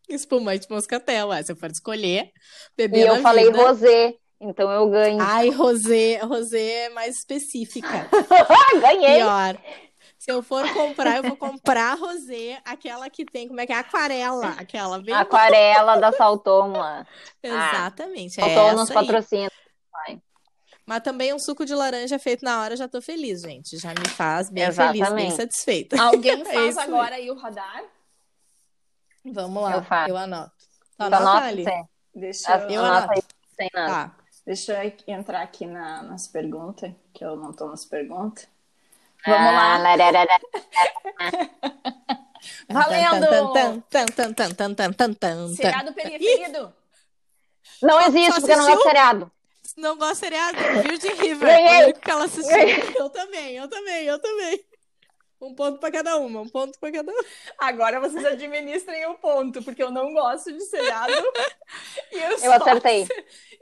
Speaker 1: Espumante moscatel, é, se eu for escolher,
Speaker 3: E
Speaker 1: beber
Speaker 3: eu
Speaker 1: na
Speaker 3: falei
Speaker 1: vida. Ah,
Speaker 3: rosé, então eu ganho.
Speaker 1: Ai, rosé, rosé é mais específica.
Speaker 3: Ah, Ganhei!
Speaker 1: Pior. Se eu for comprar, eu vou comprar rosé, aquela que tem, como é que é? Aquarela, aquela bem.
Speaker 3: Aquarela da Saltoma.
Speaker 1: Exatamente, é
Speaker 3: Saltoma nos
Speaker 1: essa aí.
Speaker 3: patrocina.
Speaker 1: Mas também um suco de laranja feito na hora, já tô feliz, gente. Já me faz bem feliz, bem
Speaker 3: Exatamente.
Speaker 1: satisfeita.
Speaker 2: Alguém
Speaker 1: É
Speaker 2: faz
Speaker 1: isso aí.
Speaker 2: agora aí o radar?
Speaker 1: Vamos lá,
Speaker 3: Eu faço.
Speaker 1: anoto. Tu
Speaker 3: Então,
Speaker 1: anota,
Speaker 3: nota
Speaker 1: Ali?
Speaker 3: sem.
Speaker 2: Deixa
Speaker 3: Anota
Speaker 2: eu,
Speaker 1: Eu anoto.
Speaker 3: aí sem nada.
Speaker 1: Tá.
Speaker 2: deixa eu entrar aqui na- nas perguntas, que eu não tô nas perguntas.
Speaker 1: Tá,
Speaker 2: Vamos lá.
Speaker 3: Ah, lararara.
Speaker 2: Valendo!
Speaker 1: Tan, tan, tan, tan, tan, tan, tan, tan, tan.
Speaker 2: Seriado preferido?
Speaker 3: Não
Speaker 1: Só-
Speaker 3: existe,
Speaker 1: só
Speaker 3: porque eu não é gosto de seriado.
Speaker 1: Se Não gosta de seriado? Virgin River.
Speaker 3: Ganhei.
Speaker 1: O único que ela assistiu.
Speaker 3: Ganhei.
Speaker 1: Eu também, eu também, eu também. Um ponto pra cada uma, um ponto pra cada uma.
Speaker 2: Agora vocês administrem o ponto, porque eu não gosto de seriado. e eu,
Speaker 3: Eu acertei.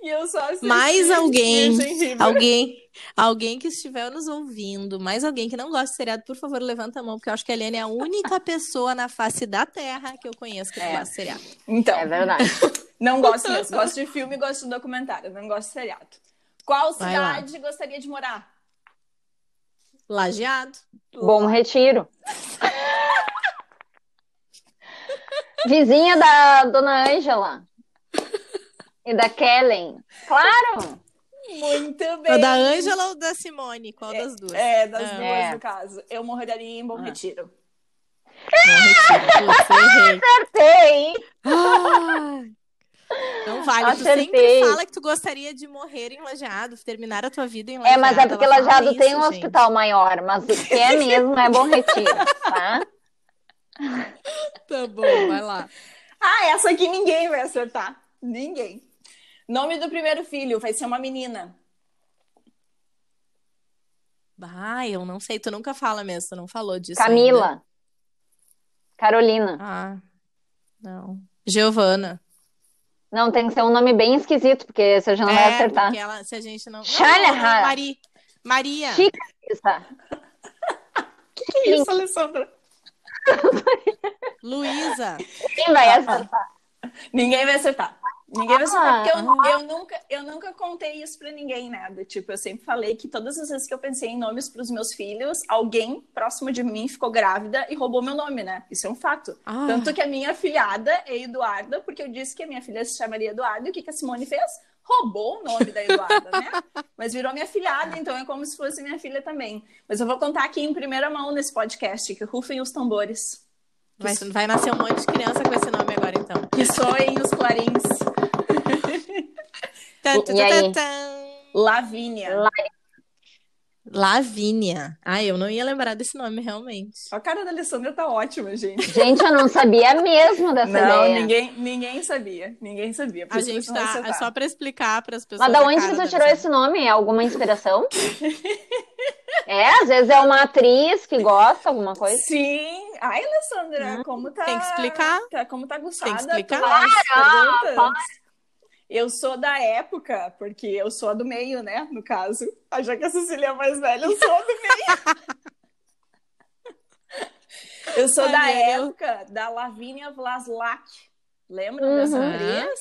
Speaker 2: E eu só assisti
Speaker 1: Mais alguém.
Speaker 2: Virgin River.
Speaker 1: Alguém, alguém que estiver nos ouvindo, mais alguém que não gosta de seriado, por favor, levanta a mão, porque eu acho que a Eliane é a única pessoa na face da Terra que eu conheço que não
Speaker 2: É.
Speaker 1: gosta de seriado.
Speaker 2: Então,
Speaker 3: É verdade.
Speaker 2: não gosto mesmo. Gosto de filme, gosto de documentário, não gosto de seriado. Qual
Speaker 1: Vai lá.
Speaker 2: cidade gostaria de morar?
Speaker 1: Lajeado.
Speaker 3: Bom retiro. Vizinha da Dona Ângela. E da Kellen. Claro!
Speaker 2: Muito bem.
Speaker 1: Ou É da Ângela ou da Simone? Qual das duas?
Speaker 2: É, das
Speaker 1: Ah.
Speaker 2: duas,
Speaker 3: É.
Speaker 2: no caso. Eu moraria em Bom Retiro.
Speaker 1: Bom retiro. Putz, eu errei.
Speaker 3: Tem!
Speaker 1: Ai. Não vale, tu sempre
Speaker 3: Acertei.
Speaker 1: fala que tu gostaria de morrer em Lajeado, terminar a tua vida em Lajeado.
Speaker 3: É, mas é porque
Speaker 1: Ela fala
Speaker 3: Lajado tem
Speaker 1: isso,
Speaker 3: um
Speaker 1: gente.
Speaker 3: hospital maior, mas o que é mesmo é Bom Retiro, tá?
Speaker 1: Tá bom, vai lá.
Speaker 2: Ah, essa aqui ninguém vai acertar. Ninguém. Nome do primeiro filho vai ser uma menina.
Speaker 1: Bah, eu não sei, tu nunca fala mesmo, tu não falou disso ainda.
Speaker 3: Camila. Carolina.
Speaker 1: Ah, não. Giovana.
Speaker 3: Não, tem que ser um nome bem esquisito, porque você já não vai
Speaker 1: É,
Speaker 3: acertar.
Speaker 1: porque ela, se a gente não... não,
Speaker 3: Shanahan.
Speaker 1: não, não, Mari. Maria.
Speaker 3: Chica, está.
Speaker 2: Que que é isso, Alessandra?
Speaker 1: Luísa.
Speaker 3: Quem vai acertar?
Speaker 2: Ninguém vai acertar. Ninguém vai acertar,
Speaker 3: Ah.
Speaker 2: porque eu, eu nunca, eu nunca contei isso pra ninguém, né? Do Tipo, eu sempre falei que todas as vezes que eu pensei em nomes pros meus filhos, alguém próximo de mim ficou grávida e roubou meu nome, né? Isso é um fato.
Speaker 1: Ah.
Speaker 2: Tanto que a minha filhada é Eduarda, porque eu disse que a minha filha se chamaria Eduarda, e o que, que a Simone fez? Roubou o nome da Eduarda, né? Mas virou minha filhada, então é como se fosse minha filha também. Mas eu vou contar aqui em primeira mão nesse podcast, que rufem os tambores.
Speaker 1: Vai, vai nascer um monte de criança com esse nome agora, então.
Speaker 2: Que soem os clarins.
Speaker 1: Tan,
Speaker 3: E aí?
Speaker 1: tan, tan.
Speaker 2: Lavínia.
Speaker 1: Ah. Lavínia. Ah, eu não ia lembrar desse nome, realmente.
Speaker 2: A cara da Alessandra tá ótima, gente.
Speaker 3: Gente, eu não sabia mesmo dessa
Speaker 2: Não,
Speaker 3: ideia.
Speaker 2: ninguém, ninguém sabia. Ninguém sabia. por
Speaker 1: A
Speaker 2: isso que
Speaker 1: gente
Speaker 2: eu não
Speaker 1: tá.
Speaker 2: acertava.
Speaker 1: É só pra explicar pras pessoas.
Speaker 3: Mas da
Speaker 1: a
Speaker 3: onde
Speaker 1: cara
Speaker 3: você
Speaker 1: da
Speaker 3: tirou
Speaker 1: Alessandra.
Speaker 3: esse nome? É alguma inspiração? É, às vezes é uma atriz que gosta, alguma coisa.
Speaker 2: Sim. Ai, Alessandra, como tá.
Speaker 1: Hum. tem que explicar.
Speaker 2: tá- como tá aguçada.
Speaker 1: Tem que explicar.
Speaker 2: pelas
Speaker 3: Para,
Speaker 2: perguntas. Eu sou da época, porque eu sou a do meio, né? No caso. Ah, Já que a Cecília é mais velha, eu sou a do meio. eu sou da
Speaker 1: Olha, eu-
Speaker 2: época da Lavínia Vlaslak. Lembra dessa
Speaker 3: Uhum.
Speaker 2: atriz?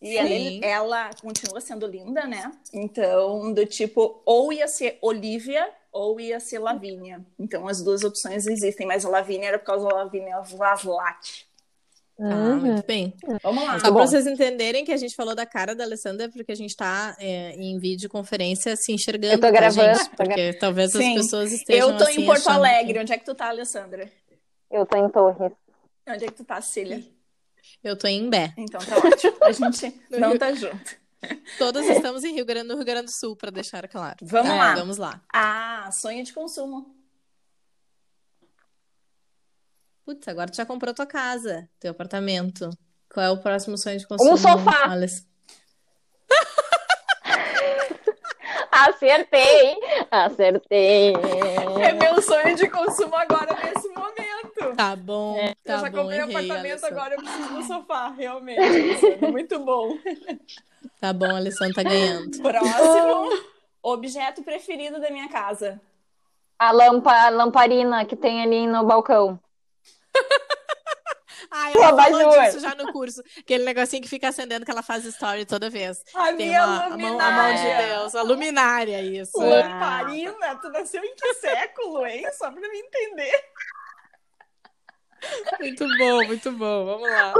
Speaker 2: E
Speaker 1: Sim.
Speaker 2: ela, ela continua sendo linda, né? Então, do tipo, ou ia ser Olivia ou ia ser Lavínia. Então, as duas opções existem, mas a Lavínia era por causa da Lavínia Vlaslak.
Speaker 1: Ah,
Speaker 3: Uhum.
Speaker 1: muito bem.
Speaker 2: Vamos lá.
Speaker 1: Só
Speaker 3: bom.
Speaker 1: pra vocês entenderem que a gente falou da cara da Alessandra, porque a gente tá é, em videoconferência se enxergando.
Speaker 3: Eu tô
Speaker 1: tá,
Speaker 3: gravando,
Speaker 1: gente?
Speaker 3: tô
Speaker 1: Porque talvez
Speaker 2: Sim.
Speaker 1: as pessoas estejam.
Speaker 2: Eu tô
Speaker 1: assim,
Speaker 2: em Porto
Speaker 1: achando
Speaker 2: Alegre. Onde é que tu tá, Alessandra?
Speaker 3: Eu tô em Torres.
Speaker 2: Onde é que tu tá, Cecília?
Speaker 1: que- Eu tô em Imbé.
Speaker 2: Então tá ótimo. A gente
Speaker 1: No
Speaker 2: não
Speaker 1: Rio.
Speaker 2: tá junto.
Speaker 1: Todas estamos em Rio Grande, no Rio Grande do Sul, pra deixar claro.
Speaker 2: Vamos
Speaker 1: Tá,
Speaker 2: lá.
Speaker 1: Vamos lá.
Speaker 2: Ah, sonho de consumo.
Speaker 1: Putz, agora tu já comprou tua casa, teu apartamento. Qual é o próximo sonho de consumo?
Speaker 3: Um sofá.
Speaker 1: Aless-
Speaker 3: Acertei! Acertei!
Speaker 2: É meu sonho de consumo agora, nesse momento.
Speaker 1: Tá bom, tá
Speaker 2: eu já
Speaker 1: bom,
Speaker 2: comprei um
Speaker 1: errei,
Speaker 2: apartamento,
Speaker 1: Alessandra.
Speaker 2: agora eu preciso do sofá, realmente. Alessandra. Muito bom.
Speaker 1: Tá bom, a Alessandra tá ganhando.
Speaker 2: Próximo. Objeto preferido da minha casa.
Speaker 3: A, lampa, a lamparina que tem ali no balcão.
Speaker 1: Ai,
Speaker 3: Pô,
Speaker 1: ela
Speaker 3: vai,
Speaker 1: falou
Speaker 3: Ju.
Speaker 1: disso já no curso. Aquele negocinho que fica acendendo que ela faz story toda vez.
Speaker 2: A
Speaker 1: Tem
Speaker 2: minha
Speaker 1: uma- a, mão, a mão de
Speaker 2: luminária.
Speaker 1: Deus, a luminária, isso.
Speaker 2: Ah, Lamparina, tu nasceu em que século, hein? Só pra me entender.
Speaker 1: Muito bom, muito bom. Vamos lá.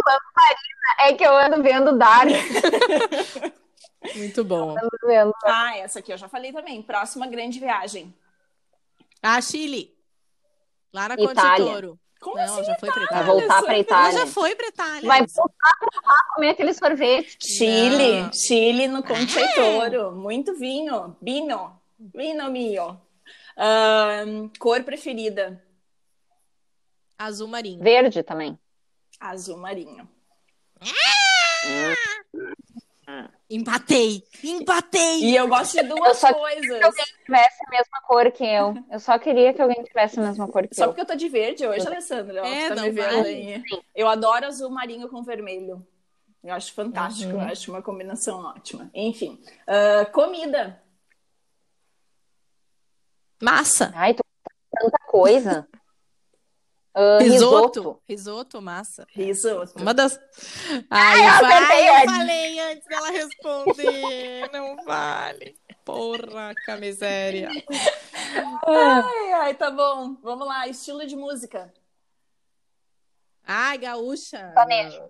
Speaker 3: É que eu ando vendo Dark,
Speaker 1: Muito bom.
Speaker 3: ando vendo.
Speaker 2: Ah, essa aqui eu já falei também. Próxima grande viagem.
Speaker 1: Ah, Chile. Lá na
Speaker 3: Itália.
Speaker 1: Conte Toro.
Speaker 2: Como
Speaker 1: Não,
Speaker 2: assim?
Speaker 1: já foi pra
Speaker 3: Vai
Speaker 1: Itália.
Speaker 3: voltar pra
Speaker 1: Ela
Speaker 3: Itália.
Speaker 1: já foi pra Itália.
Speaker 3: Vai voltar pra lá comer aquele sorvete.
Speaker 2: Chile,
Speaker 1: Não.
Speaker 2: Chile no Conceitoro. É. Muito vinho. Vino. Vino mio. Ahn, cor preferida?
Speaker 1: Azul marinho.
Speaker 3: Verde também.
Speaker 2: Azul marinho.
Speaker 1: Empatei. Empatei.
Speaker 2: E eu gosto de duas
Speaker 3: só-
Speaker 2: coisas.
Speaker 3: Tivesse a mesma cor que eu. Eu só queria que alguém tivesse a mesma cor que
Speaker 2: Só
Speaker 3: eu.
Speaker 2: porque eu tô de verde hoje, Alessandra. ó,
Speaker 1: É,
Speaker 2: tu tá
Speaker 1: não
Speaker 2: me vendo
Speaker 1: vale.
Speaker 2: aí. Eu adoro azul marinho com vermelho. Eu acho fantástico, eu acho uma combinação ótima. Enfim, ah, comida.
Speaker 1: Massa.
Speaker 3: Ai, tô com tanta coisa. Ah, risoto.
Speaker 1: Risoto. Risoto, massa.
Speaker 2: Risoto.
Speaker 1: Uma das. Ai,
Speaker 3: eu
Speaker 1: vai,
Speaker 3: acertei
Speaker 1: eu
Speaker 3: antes.
Speaker 1: falei antes dela responder. Não vale. Porra, que miséria.
Speaker 2: Ai, ai, tá bom. Vamos lá, estilo de música.
Speaker 1: Ai, gaúcha.
Speaker 3: Sertanejo.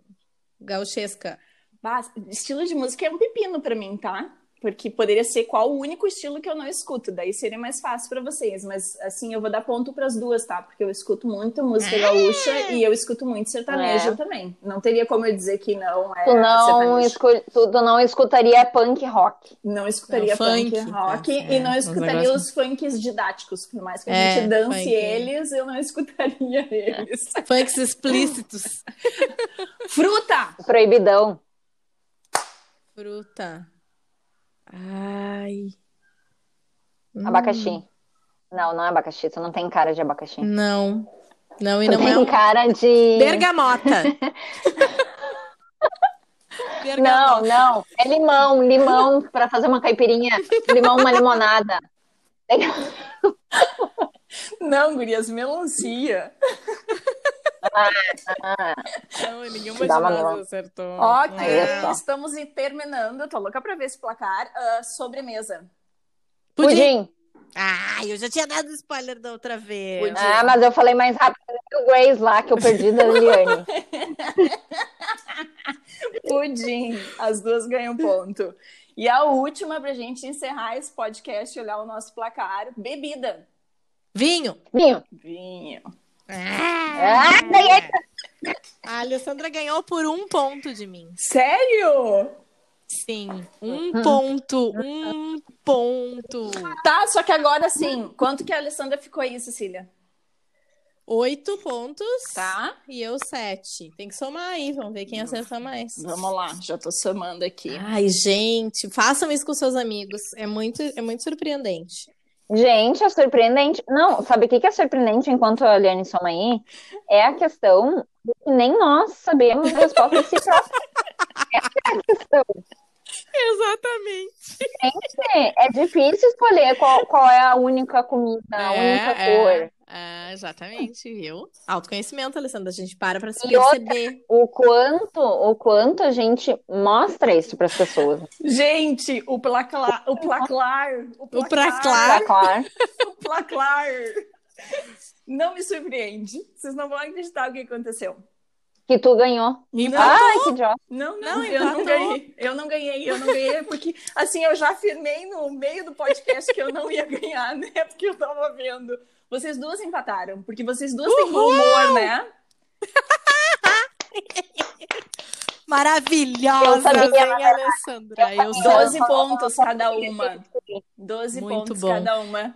Speaker 1: Gauchesca.
Speaker 2: Bah, estilo de música é um pepino pra mim, tá? Porque poderia ser qual o único estilo que eu não escuto, daí seria mais fácil pra vocês, mas assim eu vou dar ponto pras duas, tá? Porque eu escuto muito
Speaker 1: É!
Speaker 2: música gaúcha e eu escuto muito sertanejo
Speaker 3: É.
Speaker 2: também. Não teria como eu dizer que não é
Speaker 3: Tu não,
Speaker 2: sertanejo.
Speaker 3: escol... tu, tu não escutaria punk rock.
Speaker 2: não escutaria
Speaker 1: Não, funk,
Speaker 2: funk, rock
Speaker 1: é,
Speaker 2: e não
Speaker 1: uns
Speaker 2: escutaria
Speaker 1: negócios-
Speaker 2: os funks didáticos, por mais que a
Speaker 1: É,
Speaker 2: gente dance
Speaker 1: funk. É.
Speaker 2: eles, eu não escutaria eles.
Speaker 1: Funks explícitos.
Speaker 2: Fruta!
Speaker 3: Proibidão.
Speaker 1: Fruta. Ai. Hum,
Speaker 3: Abacaxi. Não, não é abacaxi. Tu não tem cara de abacaxi.
Speaker 1: Não. Hum, Não, e
Speaker 3: Tu
Speaker 1: não é
Speaker 3: tem
Speaker 1: um.
Speaker 3: cara de.
Speaker 1: Bergamota.
Speaker 3: Não, não. É limão, limão pra fazer uma caipirinha. Limão, uma limonada.
Speaker 2: Não, gurias, melancia.
Speaker 3: Ah,
Speaker 1: Não, nenhuma
Speaker 3: Dá
Speaker 1: de
Speaker 3: uma
Speaker 1: nós
Speaker 3: mão.
Speaker 1: acertou. É.
Speaker 2: Ok,
Speaker 3: Olha só.
Speaker 2: estamos e- terminando. Tô louca pra ver esse placar. Ah, sobremesa.
Speaker 1: Pudim.
Speaker 3: pudim.
Speaker 1: Ah, eu já tinha dado spoiler da outra vez.
Speaker 2: Pudim.
Speaker 3: Ah, mas eu falei mais rápido que o Grace lá, que eu perdi da Liane.
Speaker 2: Pudim. As duas ganham um ponto. E a última pra gente encerrar esse podcast e olhar o nosso placar: bebida.
Speaker 1: Vinho.
Speaker 3: Vinho.
Speaker 2: Vinho.
Speaker 1: Ah,
Speaker 3: Ah, ganhei.
Speaker 1: A Alessandra ganhou por um ponto de mim.
Speaker 2: Sério?
Speaker 1: Sim. Um ponto. Um ponto.
Speaker 2: Tá, só que agora sim. Quanto que a Alessandra ficou aí, Cecília?
Speaker 1: Oito pontos.
Speaker 2: Tá?
Speaker 1: E eu sete. Tem que somar aí. Vamos ver quem acerta mais.
Speaker 2: Vamos lá, já tô somando aqui.
Speaker 1: Ai, gente, façam isso com seus amigos. É muito, é muito surpreendente.
Speaker 3: Gente, é surpreendente. Não, sabe o que que é surpreendente enquanto a Liane soma aí? É a questão de que nem nós sabemos a resposta de si própria.
Speaker 1: Exatamente.
Speaker 3: Gente, é difícil escolher qual, qual é a única comida, a única cor.
Speaker 1: Ah, exatamente, viu? Autoconhecimento, Alessandra. A gente para pra se
Speaker 3: E outra-
Speaker 1: perceber.
Speaker 3: O quanto, o quanto a gente mostra isso para as pessoas.
Speaker 2: Gente, o placar. O placar.
Speaker 1: O placar.
Speaker 3: Tá claro?
Speaker 2: O placar. Não me surpreende. Vocês não vão acreditar o que aconteceu.
Speaker 3: Que tu ganhou.
Speaker 2: Não,
Speaker 3: Ai, que idiota.
Speaker 2: não, não,
Speaker 1: Não,
Speaker 2: eu não
Speaker 1: empatou.
Speaker 2: ganhei. Eu não ganhei, eu não ganhei, porque assim, eu já afirmei no meio do podcast que eu não ia ganhar, né? Porque eu tava vendo. Vocês duas empataram, porque vocês duas têm bom humor, né?
Speaker 1: Maravilhosa,
Speaker 3: Eu sabia,
Speaker 1: hein,
Speaker 3: na verdade.
Speaker 1: Alessandra? Eu sou.
Speaker 3: sabia.
Speaker 2: 12 pontos cada uma. 12
Speaker 1: Muito
Speaker 2: pontos
Speaker 1: bom.
Speaker 2: cada uma.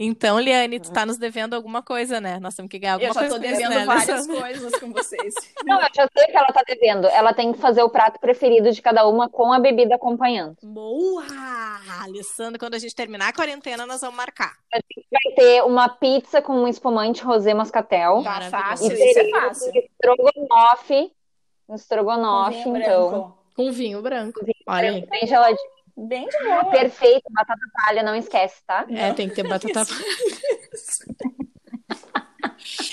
Speaker 1: Então, Liane, tu tá nos devendo alguma coisa, né? Nós temos que ganhar alguma
Speaker 2: Eu já
Speaker 1: coisa
Speaker 2: tô
Speaker 1: com isso,
Speaker 2: devendo
Speaker 1: né,
Speaker 2: várias
Speaker 1: Alessandra?
Speaker 2: coisas com vocês.
Speaker 3: Não, eu já sei que ela tá devendo. Ela tem que fazer o prato preferido de cada uma com a bebida acompanhando.
Speaker 1: Boa! Alessandra, quando a gente terminar a quarentena, nós vamos marcar.
Speaker 3: Vai ter uma pizza com um espumante rosé moscatel.
Speaker 2: Tá
Speaker 1: Maravilhoso.
Speaker 2: fácil,
Speaker 1: E
Speaker 2: isso é
Speaker 3: teremos
Speaker 2: fácil.
Speaker 3: Um estrogonofe. Um estrogonofe,
Speaker 2: Vinho
Speaker 3: então.
Speaker 2: branco.
Speaker 1: Com vinho branco. Olha aí.
Speaker 3: Bem geladinho.
Speaker 2: Bem de boa.
Speaker 3: Perfeito, batata palha, não esquece, tá?
Speaker 1: É, tem que ter batata.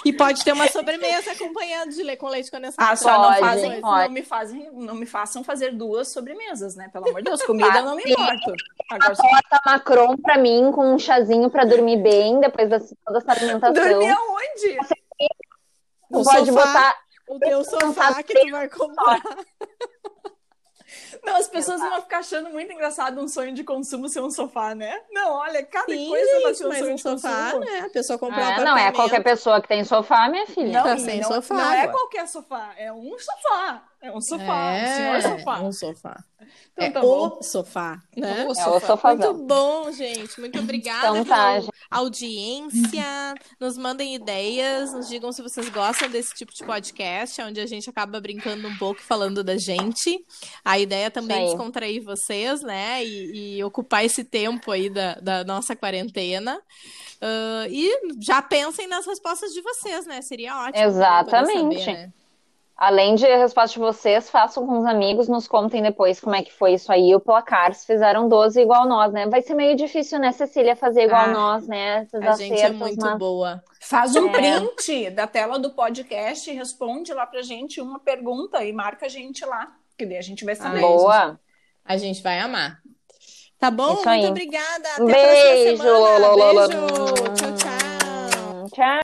Speaker 1: E pode ter uma sobremesa acompanhada de le com leite condensado.
Speaker 2: Ah, só não
Speaker 3: Pode,
Speaker 2: fazem,
Speaker 3: pode.
Speaker 2: não me fazem, não me façam fazer duas sobremesas, né? Pelo amor de Deus, comida eu não me importo. Agora,
Speaker 3: Torta Macron pra mim, com um chazinho pra dormir bem, depois da toda essa alimentação.
Speaker 2: dormir aonde?
Speaker 3: Tu
Speaker 1: O
Speaker 3: pode
Speaker 1: é um sofá,
Speaker 3: botar.
Speaker 1: O teu sofá que tu vai comprar.
Speaker 2: Não, as pessoas vão ficar achando muito engraçado um sonho de consumo ser um sofá, né? Não, olha, cada
Speaker 1: Sim,
Speaker 2: coisa vai
Speaker 1: gente,
Speaker 2: ser um
Speaker 1: mas
Speaker 2: sonho
Speaker 1: um
Speaker 2: de
Speaker 1: sofá,
Speaker 2: consumo.
Speaker 1: né? A pessoa comprou um
Speaker 3: Ah,
Speaker 1: apartamento.
Speaker 3: não é qualquer pessoa que tem sofá, minha filha.
Speaker 2: Não,
Speaker 1: Tá
Speaker 2: e
Speaker 1: sem
Speaker 2: não,
Speaker 1: sofá
Speaker 2: não é
Speaker 1: agora.
Speaker 2: qualquer sofá, é um sofá. É um sofá,
Speaker 1: É,
Speaker 2: um senhor sofá.
Speaker 1: um sofá.
Speaker 2: Então
Speaker 1: é
Speaker 2: tá
Speaker 1: o
Speaker 2: bom. Então tá
Speaker 1: sofá, né?
Speaker 2: O
Speaker 3: É o
Speaker 2: sofá.
Speaker 1: Muito
Speaker 3: sofazão.
Speaker 1: bom, gente. Muito obrigada
Speaker 3: Então tá,
Speaker 1: pela
Speaker 3: gente. Uhum.
Speaker 1: audiência. Nos mandem ideias, nos digam se vocês gostam desse tipo de podcast, onde a gente acaba brincando um pouco e falando da gente. A ideia também é
Speaker 3: Isso aí.
Speaker 1: descontrair vocês, né? E, e ocupar esse tempo aí da, da nossa quarentena. Ah, e já pensem nas respostas de vocês, né? Seria ótimo. pra
Speaker 3: Exatamente.
Speaker 1: poder saber, né?
Speaker 3: Além de a resposta de vocês, façam com os amigos, nos contem depois como é que foi isso aí. O placar, se fizeram 12 igual nós, né? Vai ser meio difícil, né, Cecília, fazer igual
Speaker 2: Ah,
Speaker 3: nós, né? Vocês
Speaker 1: A gente é
Speaker 3: acertam,
Speaker 1: muito
Speaker 3: mas-
Speaker 1: boa.
Speaker 2: Faz um
Speaker 3: É.
Speaker 2: print da tela do podcast e responde lá pra gente uma pergunta e marca a gente lá. Que daí a gente vai
Speaker 1: né?
Speaker 2: saber.
Speaker 3: Boa.
Speaker 1: A gente vai amar. Tá bom? Muito
Speaker 3: Isso aí.
Speaker 1: obrigada. Até
Speaker 3: Beijo,
Speaker 1: a próxima semana.
Speaker 3: Lolo.
Speaker 1: Beijo. Tchau, tchau.
Speaker 3: Tchau.